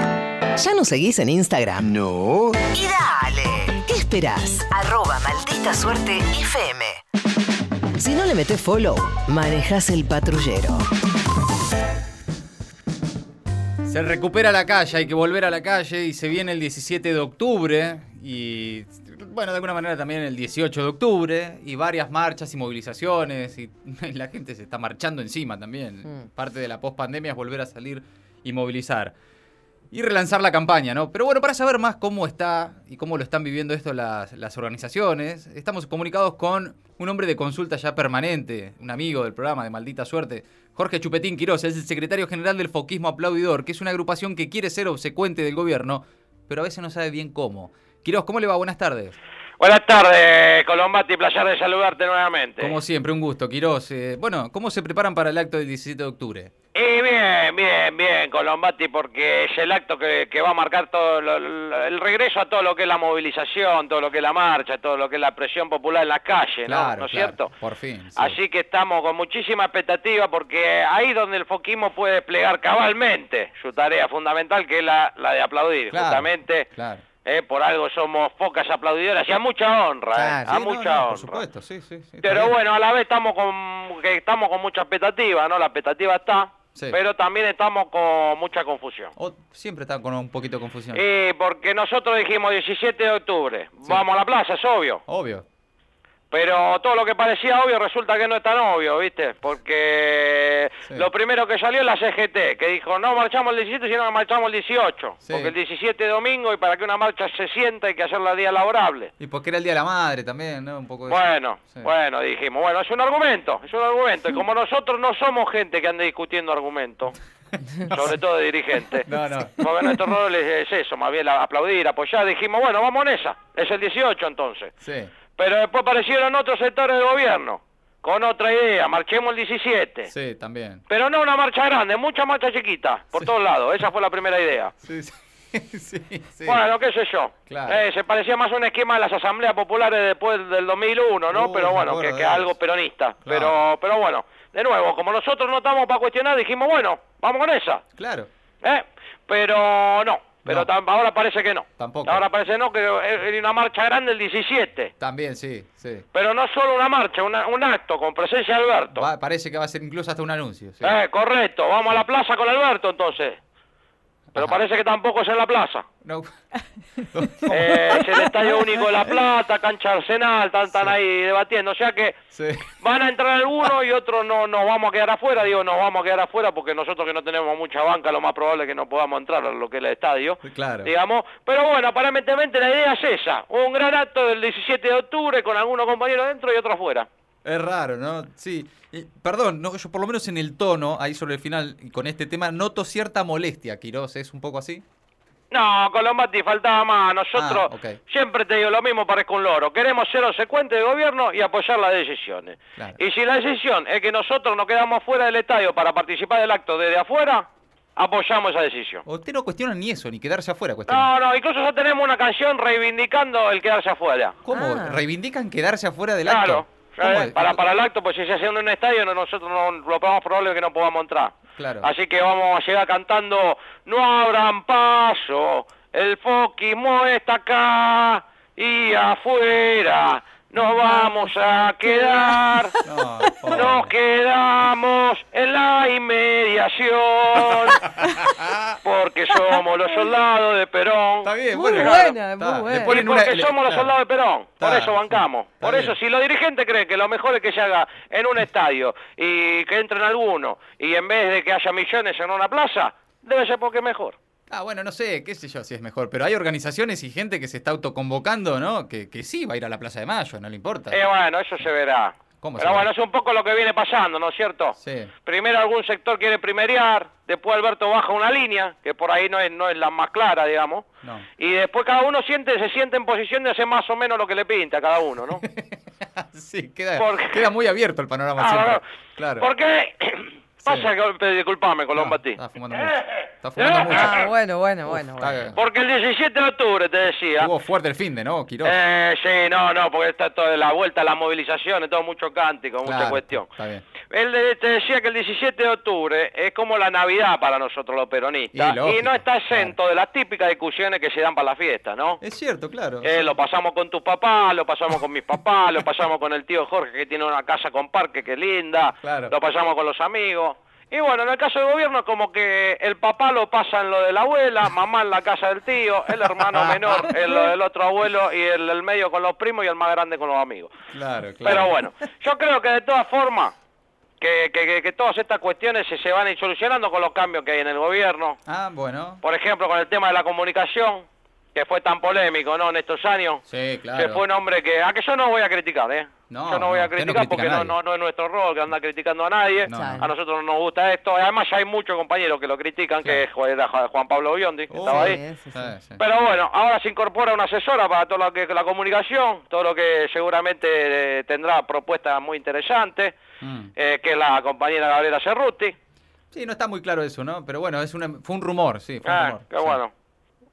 ¿Ya nos seguís en Instagram? No. Y dale. ¿Qué esperás? Arroba maldita suerte FM. Si no le metés follow, manejás el patrullero. Se recupera la calle, hay que volver a la calle y se viene el 17 de octubre y bueno, de alguna manera también el 18 de octubre y varias marchas y movilizaciones y la gente se está marchando encima también. Parte de la pospandemia es volver a salir y movilizar y relanzar la campaña, ¿no? Pero bueno, para saber más cómo está y cómo lo están viviendo esto las, las organizaciones, estamos comunicados con un hombre de consulta ya permanente, un amigo del programa de Maldita Suerte, Jorge Chupetín Quirós, es el secretario general del Foquismo Aplaudidor, que es una agrupación que quiere ser obsecuente del gobierno, pero a veces no sabe bien cómo. Quirós, ¿cómo le va? Buenas tardes. Buenas tardes, Colombati, placer de saludarte nuevamente. Como siempre, un gusto, Quirós. Eh, bueno, ¿cómo se preparan para el acto del 17 de octubre? Y bien, bien, bien, Colombati, porque es el acto que, que va a marcar todo lo- lo- el regreso a todo lo que es la movilización, todo lo que es la marcha, todo lo que es la presión popular en las calles, Eh, ¿no? ¿No es cierto? Por fin. sí. Así que estamos con muchísima expectativa porque ahí donde el foquismo puede desplegar cabalmente su tarea fundamental, que es la, la de aplaudir, Claro, justamente. Claro. eh, por algo somos pocas aplaudidoras y a mucha honra, eh, Claro, a sí, no, mucha no, honra. Por supuesto, sí, sí. sí, está Pero bien. bueno, a la vez estamos con que estamos con mucha expectativa, ¿no? La expectativa está, Sí. pero también estamos con mucha confusión. O- siempre está con un poquito de confusión. Eh, porque nosotros dijimos 17 de octubre, vamos a la plaza, es obvio. Obvio. Pero todo lo que parecía obvio resulta que no es tan obvio, ¿viste? Porque Sí. lo primero que salió es la CGT, que dijo, no marchamos el 17, sino que marchamos el 18. Sí. Porque el 17 es domingo y para que una marcha se sienta hay que hacerla día laborable. Y porque era el Día de la Madre también, ¿no? Un poco de- Bueno, Pues Sí. bueno, dijimos, bueno, es un argumento, es un argumento. Y como nosotros no somos gente que ande discutiendo argumentos, sobre todo de dirigentes, No, no. porque nuestro rol es, es eso, más bien la- aplaudir, apoyar, dijimos, bueno, vamos en esa, es el 18 entonces. Sí. Pero después aparecieron otros sectores del gobierno, con otra idea, marchemos el 17. Sí, también. Pero no una marcha grande, mucha marcha chiquita, por todos lados, esa fue la primera idea. Sí, sí. sí, sí. Bueno, qué sé yo. Claro. Eh, se parecía más a un esquema de las asambleas populares después del 2001, ¿no? Uh, pero me bueno, acuerdo que, de que eso. algo peronista. Claro. Pero pero bueno, de nuevo, como nosotros no estamos para cuestionar, dijimos, bueno, vamos con esa. Claro. ¿eh? Pero no, pero No. tam- ahora parece que no. Tampoco. Ahora parece no, que eh, era una marcha grande el 17. También, sí, sí. Pero no solo una marcha, una- un acto con presencia de Alberto. Va- parece que va a ser incluso hasta un anuncio. sí. Eh, correcto, vamos a la plaza con Alberto entonces. Pero Ajá. parece que tampoco es en la plaza. No. Eh, es el Estadio Único de La Plata, Cancha Arsenal, están, están ahí debatiendo. O sea que Sí. van a entrar algunos y otros no nos vamos a quedar afuera. Digo, nos vamos a quedar afuera porque nosotros que no tenemos mucha banca, lo más probable es que no podamos entrar a lo que es el estadio. Claro. Digamos, pero bueno, aparentemente la idea es esa. Un gran acto del 17 de octubre con algunos compañeros dentro y otros afuera. Es raro, ¿no? Sí. Y, perdón, no, yo por lo menos en el tono, ahí sobre el final, y con este tema, noto cierta molestia, Quirós. ¿Es un poco así? No, Colombati, faltaba más. Nosotros Ah, ok. siempre te digo lo mismo, parezco un loro. Queremos ser obsecuentes de gobierno y apoyar las decisiones. Claro. Y si la decisión es que nosotros nos quedamos fuera del estadio para participar del acto desde afuera, apoyamos esa decisión. Usted no cuestiona ni eso, ni quedarse afuera cuestiona. No, no, incluso ya tenemos una canción reivindicando el quedarse afuera. ¿Cómo? Ah. ¿Reivindican quedarse afuera del Claro. acto? ¿Cómo eh, es? Para, para el acto, pues si se hace en un estadio, no- nosotros no, lo más probable es que no podamos entrar. Claro. Así que vamos a llegar cantando, no abran paso, el foquismo está acá y afuera, nos vamos a quedar. No, pobre. Nos quedamos en la inmediación porque somos los soldados de Perón. Está bien, Muy bueno. buena, Está. muy buena. Le Y ponen una- porque le- somos los claro. soldados de Perón, por Está, eso bancamos. está Por bien. eso, si los dirigentes creen que lo mejor es que se haga en un estadio y que entren algunos y en vez de que haya millones en una plaza, debe ser porque es mejor. Ah, bueno, no sé, qué sé yo si es mejor, pero hay organizaciones y gente que se está autoconvocando, ¿no? Que, que sí va a ir a la Plaza de Mayo, no le importa. Eh, bueno, eso se verá. ¿Cómo se Pero verá? bueno, es un poco lo que viene pasando, ¿no es cierto? Sí. Primero algún sector quiere primerear, después Alberto baja una línea, que por ahí no es, no es la más clara, digamos. No. Y después cada uno siente, se siente en posición de hacer más o menos lo que le pinta a cada uno, ¿no? sí, queda, Porque- queda muy abierto el panorama Ah, siempre. no, no. Claro. Porque pasa Sí. que disculpame, No, Colón Batí. está fumando mucho. Está fumando Eh. mucho. Ah, bueno, bueno, bueno. Está- bueno. Porque el 17 de octubre te decía. Estuvo fuerte el fin de, ¿no, Quirós? Eh, sí, no, no, porque está toda la vuelta, la movilización, todo mucho cántico, Claro, mucha cuestión. Está bien. Él de- te decía que el 17 de octubre es como la Navidad para nosotros los peronistas Y y, lógico, no está exento de las típicas discusiones que se dan para la fiesta, ¿no? Es cierto, claro. Eh, lo pasamos con tu papá, lo pasamos con mis papás, lo pasamos con el tío Jorge que tiene una casa con parque que es linda, Claro. lo pasamos con los amigos. Y bueno, en el caso del gobierno es como que el papá lo pasa en lo de la abuela, mamá en la casa del tío, el hermano menor en lo del otro abuelo y el del medio con los primos y el más grande con los amigos. Claro, claro. Pero bueno, yo creo que de todas formas, que, que- que- que todas estas cuestiones se, se van a ir solucionando con los cambios que hay en el gobierno. Ah, bueno. Por ejemplo, con el tema de la comunicación, que fue tan polémico, ¿no? En estos años. Sí, Que claro. fue un hombre que... A que yo no voy a criticar, ¿eh? No, yo no voy no, a usted no criticar critica porque a no, nadie. no, no es nuestro rol que anda criticando a nadie. No, Claro. A nosotros no nos gusta esto. Además ya hay muchos compañeros que lo critican, que es joder, era Juan Pablo Biondi, que Oh. estaba ahí. Sí, sí, sí. Sí, sí. Pero bueno, ahora se incorpora una asesora para todo lo que la comunicación, todo lo que seguramente eh, tendrá propuestas muy interesantes, Mm. eh, que es la compañera Gabriela Cerruti. Sí, no está muy claro eso, ¿no? Pero bueno, es una, fue un rumor, sí, fue un Ah, rumor. qué sí. bueno.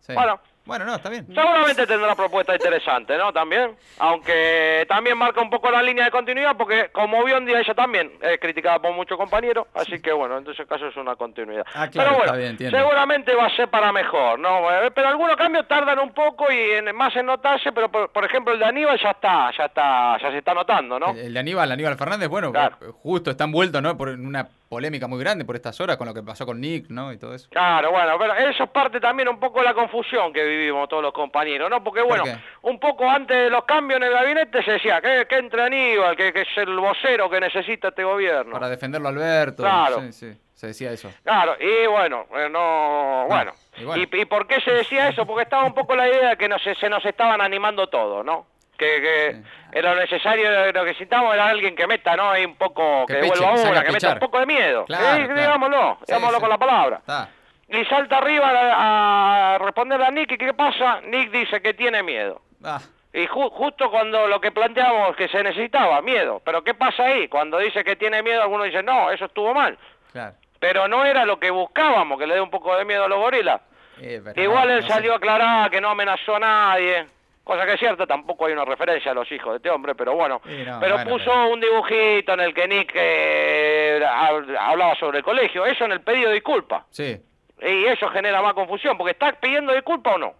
Sí. Bueno. Bueno, no, está bien. Seguramente tendrá propuestas interesantes, ¿no? También. Aunque también marca un poco la línea de continuidad, porque como vio un día ella también es criticada por muchos compañeros, así que bueno, en ese caso es una continuidad. Ah, claro, Pero bueno, está bien, entiendo. seguramente va a ser para mejor, ¿no? Bueno, Pero algunos cambios tardan un poco y en- más en notarse, pero por, por ejemplo el de Aníbal ya está, ya está, ya se está notando, ¿no? El, el de Aníbal, Aníbal Fernández, bueno, eh, Claro. justo está envuelto, ¿no? Por una polémica muy grande por estas horas con lo que pasó con Nick, ¿no? Y todo eso. Claro, bueno, pero eso es parte también un poco de la confusión que vivimos todos los compañeros, ¿no? Porque, bueno, qué? un poco antes de los cambios en el gabinete se decía que, que entre Aníbal, que, que es el vocero que necesita este gobierno. Para defenderlo a Alberto. Claro. Sí, sí. Se decía eso. Claro, y bueno, eh, no, bueno. Ah, y bueno. ¿Y, y por qué se decía eso? Porque estaba un poco la idea de que nos, se nos estaban animando todos, ¿no? Que, que era lo necesario, lo que necesitábamos era alguien que meta, ¿no? Ahí un poco, Que que, piche, devuelva que salga una, a que meta pichar. un poco de miedo. Claro, Sí, claro. Digámoslo, Sí, digámoslo sí. con la palabra. Está. Y salta arriba a, a responderle a Nick y ¿qué pasa? Nick dice que tiene miedo. Ah, Y ju- justo cuando lo que planteamos que se necesitaba, miedo. Pero ¿qué pasa ahí? Cuando dice que tiene miedo, algunos dicen, no, eso estuvo mal. claro. Pero no era lo que buscábamos, que le dé un poco de miedo a los gorilas. Eh, pero Igual no, él no sé. salió a aclarar que no amenazó a nadie. Cosa que es cierta, tampoco hay una referencia a los hijos de este hombre, pero bueno. Sí, no, pero bueno, puso pero- un dibujito en el que Nick eh, hab- hablaba sobre el colegio. Eso en el pedido de disculpas. Sí. Y eso genera más confusión, porque estás pidiendo disculpas o no.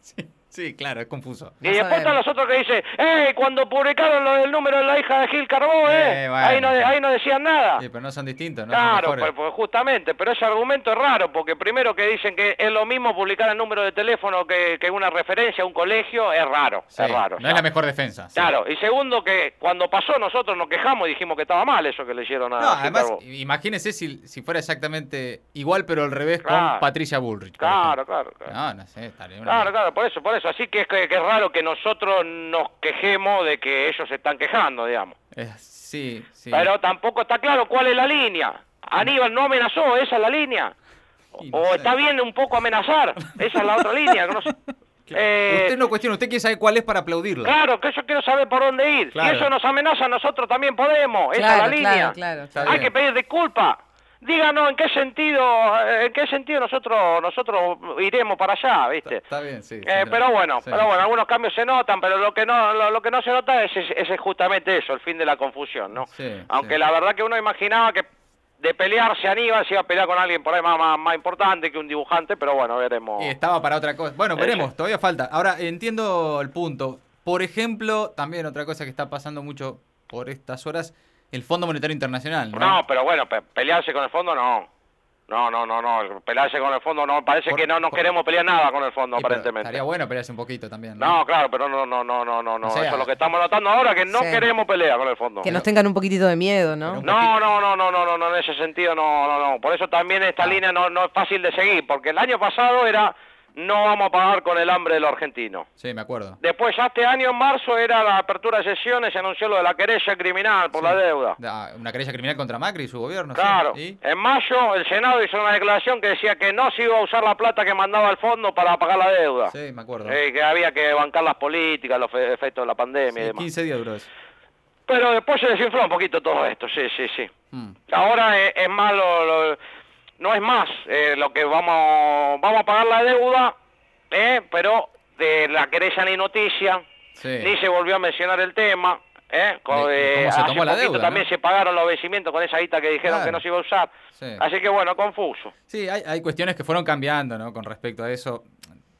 sí. Sí, claro, es confuso. y después sabemos. están los otros que dicen, ¡eh! Cuando publicaron lo del número de la hija de Gil Carbó, ¿eh? Eh, bueno. ahí, no, ahí no decían nada. Sí, Eh, pero no son distintos, ¿no? Son Ah. claro, mejores. pues, pues justamente, pero ese argumento es raro, porque primero que dicen que es lo mismo publicar el número de teléfono que, que una referencia a un colegio, es raro, Sí, es raro. No es la mejor defensa. sí. Claro, y segundo que cuando pasó nosotros nos quejamos y dijimos que estaba mal eso que le hicieron a No, Gil además, Carbó. imagínese si, si fuera exactamente igual, pero al revés con Claro. Patricia Bullrich. por Claro, ejemplo. claro, claro. No, no sé, estaría una- Claro, claro, por eso, por eso. Así que es, que que es raro que nosotros nos quejemos de que ellos se están quejando, digamos. Eh, sí, sí. Pero tampoco está claro cuál es la línea. Aníbal no amenazó, esa es la línea. O, Y no o sé. está bien un poco amenazar, esa es la otra línea. que no sé. Eh, usted no cuestiona, usted quiere saber cuál es para aplaudirlo. Claro, que yo quiero saber por dónde ir. Claro. Si eso nos amenaza, nosotros también podemos, esa es la Claro, línea. claro, claro, Está claro. Hay bien. que pedir disculpas. Díganos en qué sentido, eh, en qué sentido nosotros nosotros iremos para allá, Está, ¿viste? está bien, sí. Eh, tendrá- pero bueno, sí. pero bueno, algunos cambios se notan, pero lo que no lo, lo que no se nota es, es- es justamente eso, el fin de la confusión, ¿no? Sí, Aunque sí. la verdad que uno imaginaba que de pelearse Aníbal se iba a pelear con alguien por ahí más, más, más importante que un dibujante, pero bueno, veremos. Y estaba para otra cosa. Bueno, Sí, veremos, sí. todavía falta. Ahora, entiendo el punto. Por ejemplo, también otra cosa que está pasando mucho por estas horas, el Fondo Monetario Internacional. ¿no? No, pero bueno, pe- pelearse con el fondo no. No, no, no, no, pelearse con el fondo no, parece Por- que no nos por- queremos pelear nada con el fondo Y, pero aparentemente. Estaría bueno pelearse un poquito también. No, claro, pero no, no, no, no, no, no. O sea- Eso es lo que estamos notando ahora, que no Sí. queremos pelear con el fondo. Que nos tengan un poquitito de miedo, Pero ¿no? un No, no, no, no, no, no, no, en ese sentido no, no, no. Por eso también esta Ah. línea no, no es fácil de seguir, porque el año pasado era no vamos a pagar con el hambre de los argentinos. Sí, me acuerdo. Después ya este año en marzo era la apertura de sesiones, se anunció lo de la querella criminal por la deuda. Da- Una querella criminal contra Macri y su gobierno. sí. Claro. ¿Y? En mayo el Senado hizo una declaración que decía que no se iba a usar la plata que mandaba el fondo para pagar la deuda. Sí, me acuerdo. Eh, que había que bancar las políticas, los fe- efectos de la pandemia y Sí, demás. 15 días duró eso. Pero después se desinfló un poquito todo esto, sí, sí, sí. Mm. Ahora e-, es, es más lo- lo- no es más eh, lo que vamos vamos a pagar la deuda, eh, pero de la querella ni noticia, Sí. ni se volvió a mencionar el tema. ¿eh? Con, De- eh, cómo se hace tomó la poquito deuda, también ¿no? se pagaron los vencimientos con esa guita que dijeron Claro. que no se iba a usar. Sí. Así que bueno, confuso. Sí, hay, hay cuestiones que fueron cambiando, ¿no? Con respecto a eso,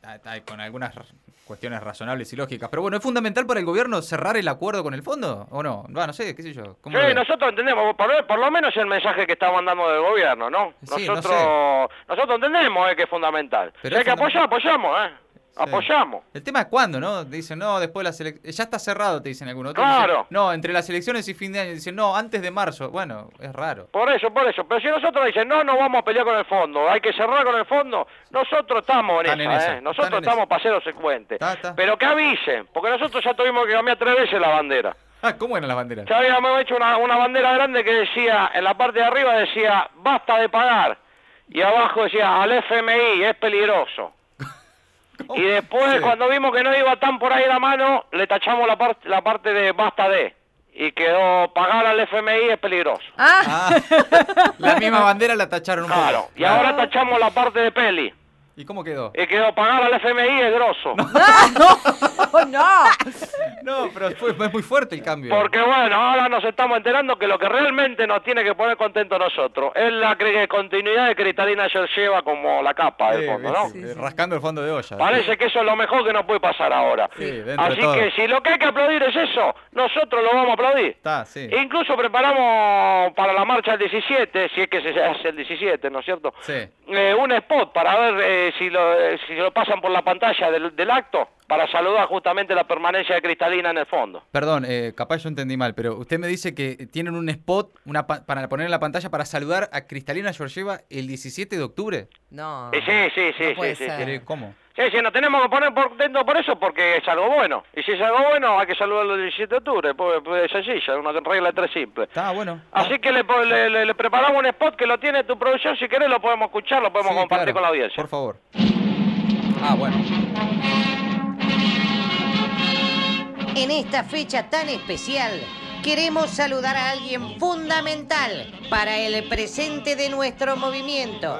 hay- hay- con algunas r- cuestiones razonables y lógicas. Pero bueno, ¿es fundamental para el gobierno cerrar el acuerdo con el fondo o no? Va, no sé, qué sé yo. ¿Cómo Sí, lo ves? nosotros entendemos, por, por lo menos el mensaje que está mandando del gobierno, ¿no? Sí, no nosotros nosotros entendemos eh, que es fundamental. Pero Si es hay que apoyar, fundamental. apoyamos, ¿eh? Sí. Apoyamos. El tema es cuándo, ¿no? Dicen, no, después de las elecciones. Ya está cerrado, te dicen algunos. Otros Claro. dicen, no, entre las elecciones y fin de año. Dicen, no, antes de marzo. Bueno, es raro. Por eso, por eso. Pero si nosotros dicen, no, no vamos a pelear con el fondo, hay que cerrar con el fondo, nosotros estamos en, Están esa, en esa, ¿eh? Nosotros están en estamos esa. para ser obsecuentes. Está, está. Pero que avisen, porque nosotros ya tuvimos que cambiar tres veces la bandera. Ah, ¿cómo eran las banderas? Ya habíamos hecho una, una bandera grande que decía, en la parte de arriba decía, basta de pagar. Y abajo decía, al FMI, es peligroso. Y después, Oh, Sí. cuando vimos que no iba tan por ahí la mano, le tachamos la, parte la parte de basta de. Y quedó, pagar al FMI es peligroso. Ah, la misma bandera la tacharon un poco. Claro. Y ahora Eh, tachamos la parte de peli. ¿Y cómo quedó? Y quedó, pagar al FMI es grosso. ¡Oh, no! Ah, No, pero fue, es muy fuerte el cambio. Porque bueno, ahora nos estamos enterando que lo que realmente nos tiene que poner contento nosotros es la cre- eh, continuidad de Cristalina Georgieva como la capa del Sí, fondo, viste, ¿no? eh, Rascando el fondo de olla. Parece que eso es lo mejor que nos puede pasar ahora. Sí, dentro de Así todo. que si lo que hay que aplaudir es eso, nosotros lo vamos a aplaudir. Está, sí. Incluso preparamos para la marcha del 17, si es que se hace el 17, ¿no es cierto? Sí. Eh, un spot para ver eh, si, lo, eh, si lo pasan por la pantalla del, del acto para saludar justamente la permanencia de Cristalina en el fondo. Perdón, eh, capaz yo entendí mal, pero usted me dice que tienen un spot una pa- para poner en la pantalla para saludar a Cristalina Georgieva el 17 de octubre. No. Eh, sí, sí, sí, no puede sí, sí, ser. Eh, ¿Cómo? Sí, sí, nos tenemos que poner por dentro por eso porque es algo bueno. Y si es algo bueno, hay que saludarlo el 17 de octubre, pues, pues es sencilla, una regla de tres simple. Está bueno. Así que le, po- le- le- le preparamos un spot que lo tiene tu producción, si querés lo podemos escuchar, lo podemos Sí, compartir claro. con la audiencia. Por favor. Ah, bueno. En esta fecha tan especial, queremos saludar a alguien fundamental para el presente de nuestro movimiento.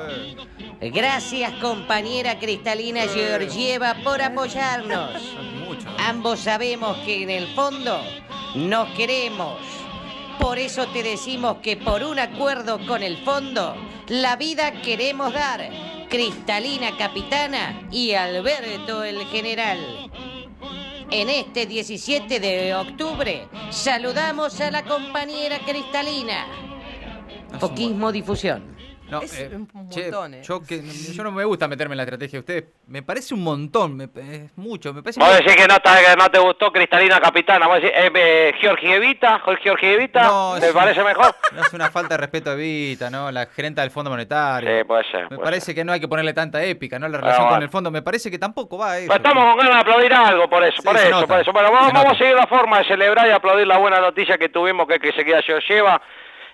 Gracias compañera Cristalina Georgieva por apoyarnos. Mucho. Ah, Ambos sabemos que en el fondo nos queremos. Por eso te decimos que por un acuerdo con el fondo, la vida queremos dar. Cristalina Capitana y Alberto el General. En este 17 de octubre saludamos a la compañera Cristalina. Foquismo Difusión. No, Es un che, montón, eh. yo, que, yo no me gusta meterme en la estrategia de ustedes. Me parece un montón, me, pa- es mucho. Me parece Vos que- decís que no, está- que no te gustó Cristalina Capitana, vos decís, eh, eh, Georgievita, jo- Georgievita, No, ¿te es- parece mejor? no es una falta de respeto a Vita, ¿no? La gerenta del Fondo Monetario. Sí, puede ser. me puede parece ser. que no hay que ponerle tanta épica, ¿no? La relación con bueno. el fondo. Me parece que tampoco va a eso. Pero estamos con ganas de aplaudir algo por eso, Sí, por se eso, nota, por eso. Bueno, vamos, se vamos a nota. seguir la forma de celebrar y aplaudir la buena noticia que tuvimos, que, que se queda Georgieva.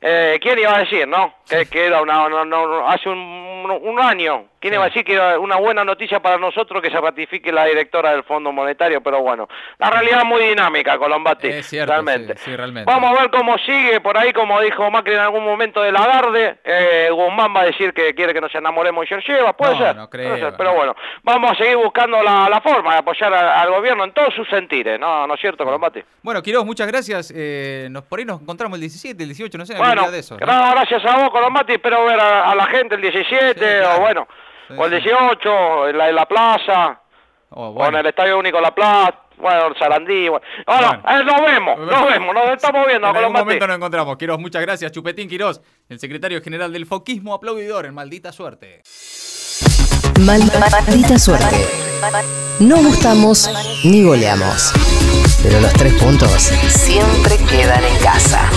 Eh, ¿Quién iba a decir, no? Que, que era una, no- no- hace un, un año. ¿Quién iba a decir que era una buena noticia para nosotros que se ratifique la directora del Fondo Monetario? Pero bueno, la realidad es muy dinámica, Colombati. Es cierto, realmente. sí, sí, realmente. Vamos a ver cómo sigue por ahí, como dijo Macri en algún momento de la tarde. Eh, Guzmán va a decir que quiere que nos enamoremos de Georgieva. Puede No, ser. no puede ser, creo, pero no. bueno, vamos a seguir buscando la, la forma de apoyar a- al gobierno en todos sus sentires. No, no es cierto, Colombati. Bueno, Quiroz, muchas gracias. Eh, nos, por ahí nos encontramos el 17, el 18, no sé, la Bueno, de eso. ¿no? nada, gracias a vos, Colombati. Espero ver a, a la gente el 17 Sí, claro. o bueno, Sí, o el sí. 18, en la, en la plaza, Oh, o en bueno. el Estadio Único La Plaza. Bueno, el Sarandí, bueno. Ahora, Bueno. eh, nos vemos, nos vemos, nos estamos viendo, En algún Colombati. momento nos encontramos. Quiroz, muchas gracias. Chupetín Quiroz, el secretario general del Foquismo Aplaudidor en Maldita Suerte. Mal- maldita suerte. No gustamos ni goleamos. Pero los tres puntos siempre quedan en casa.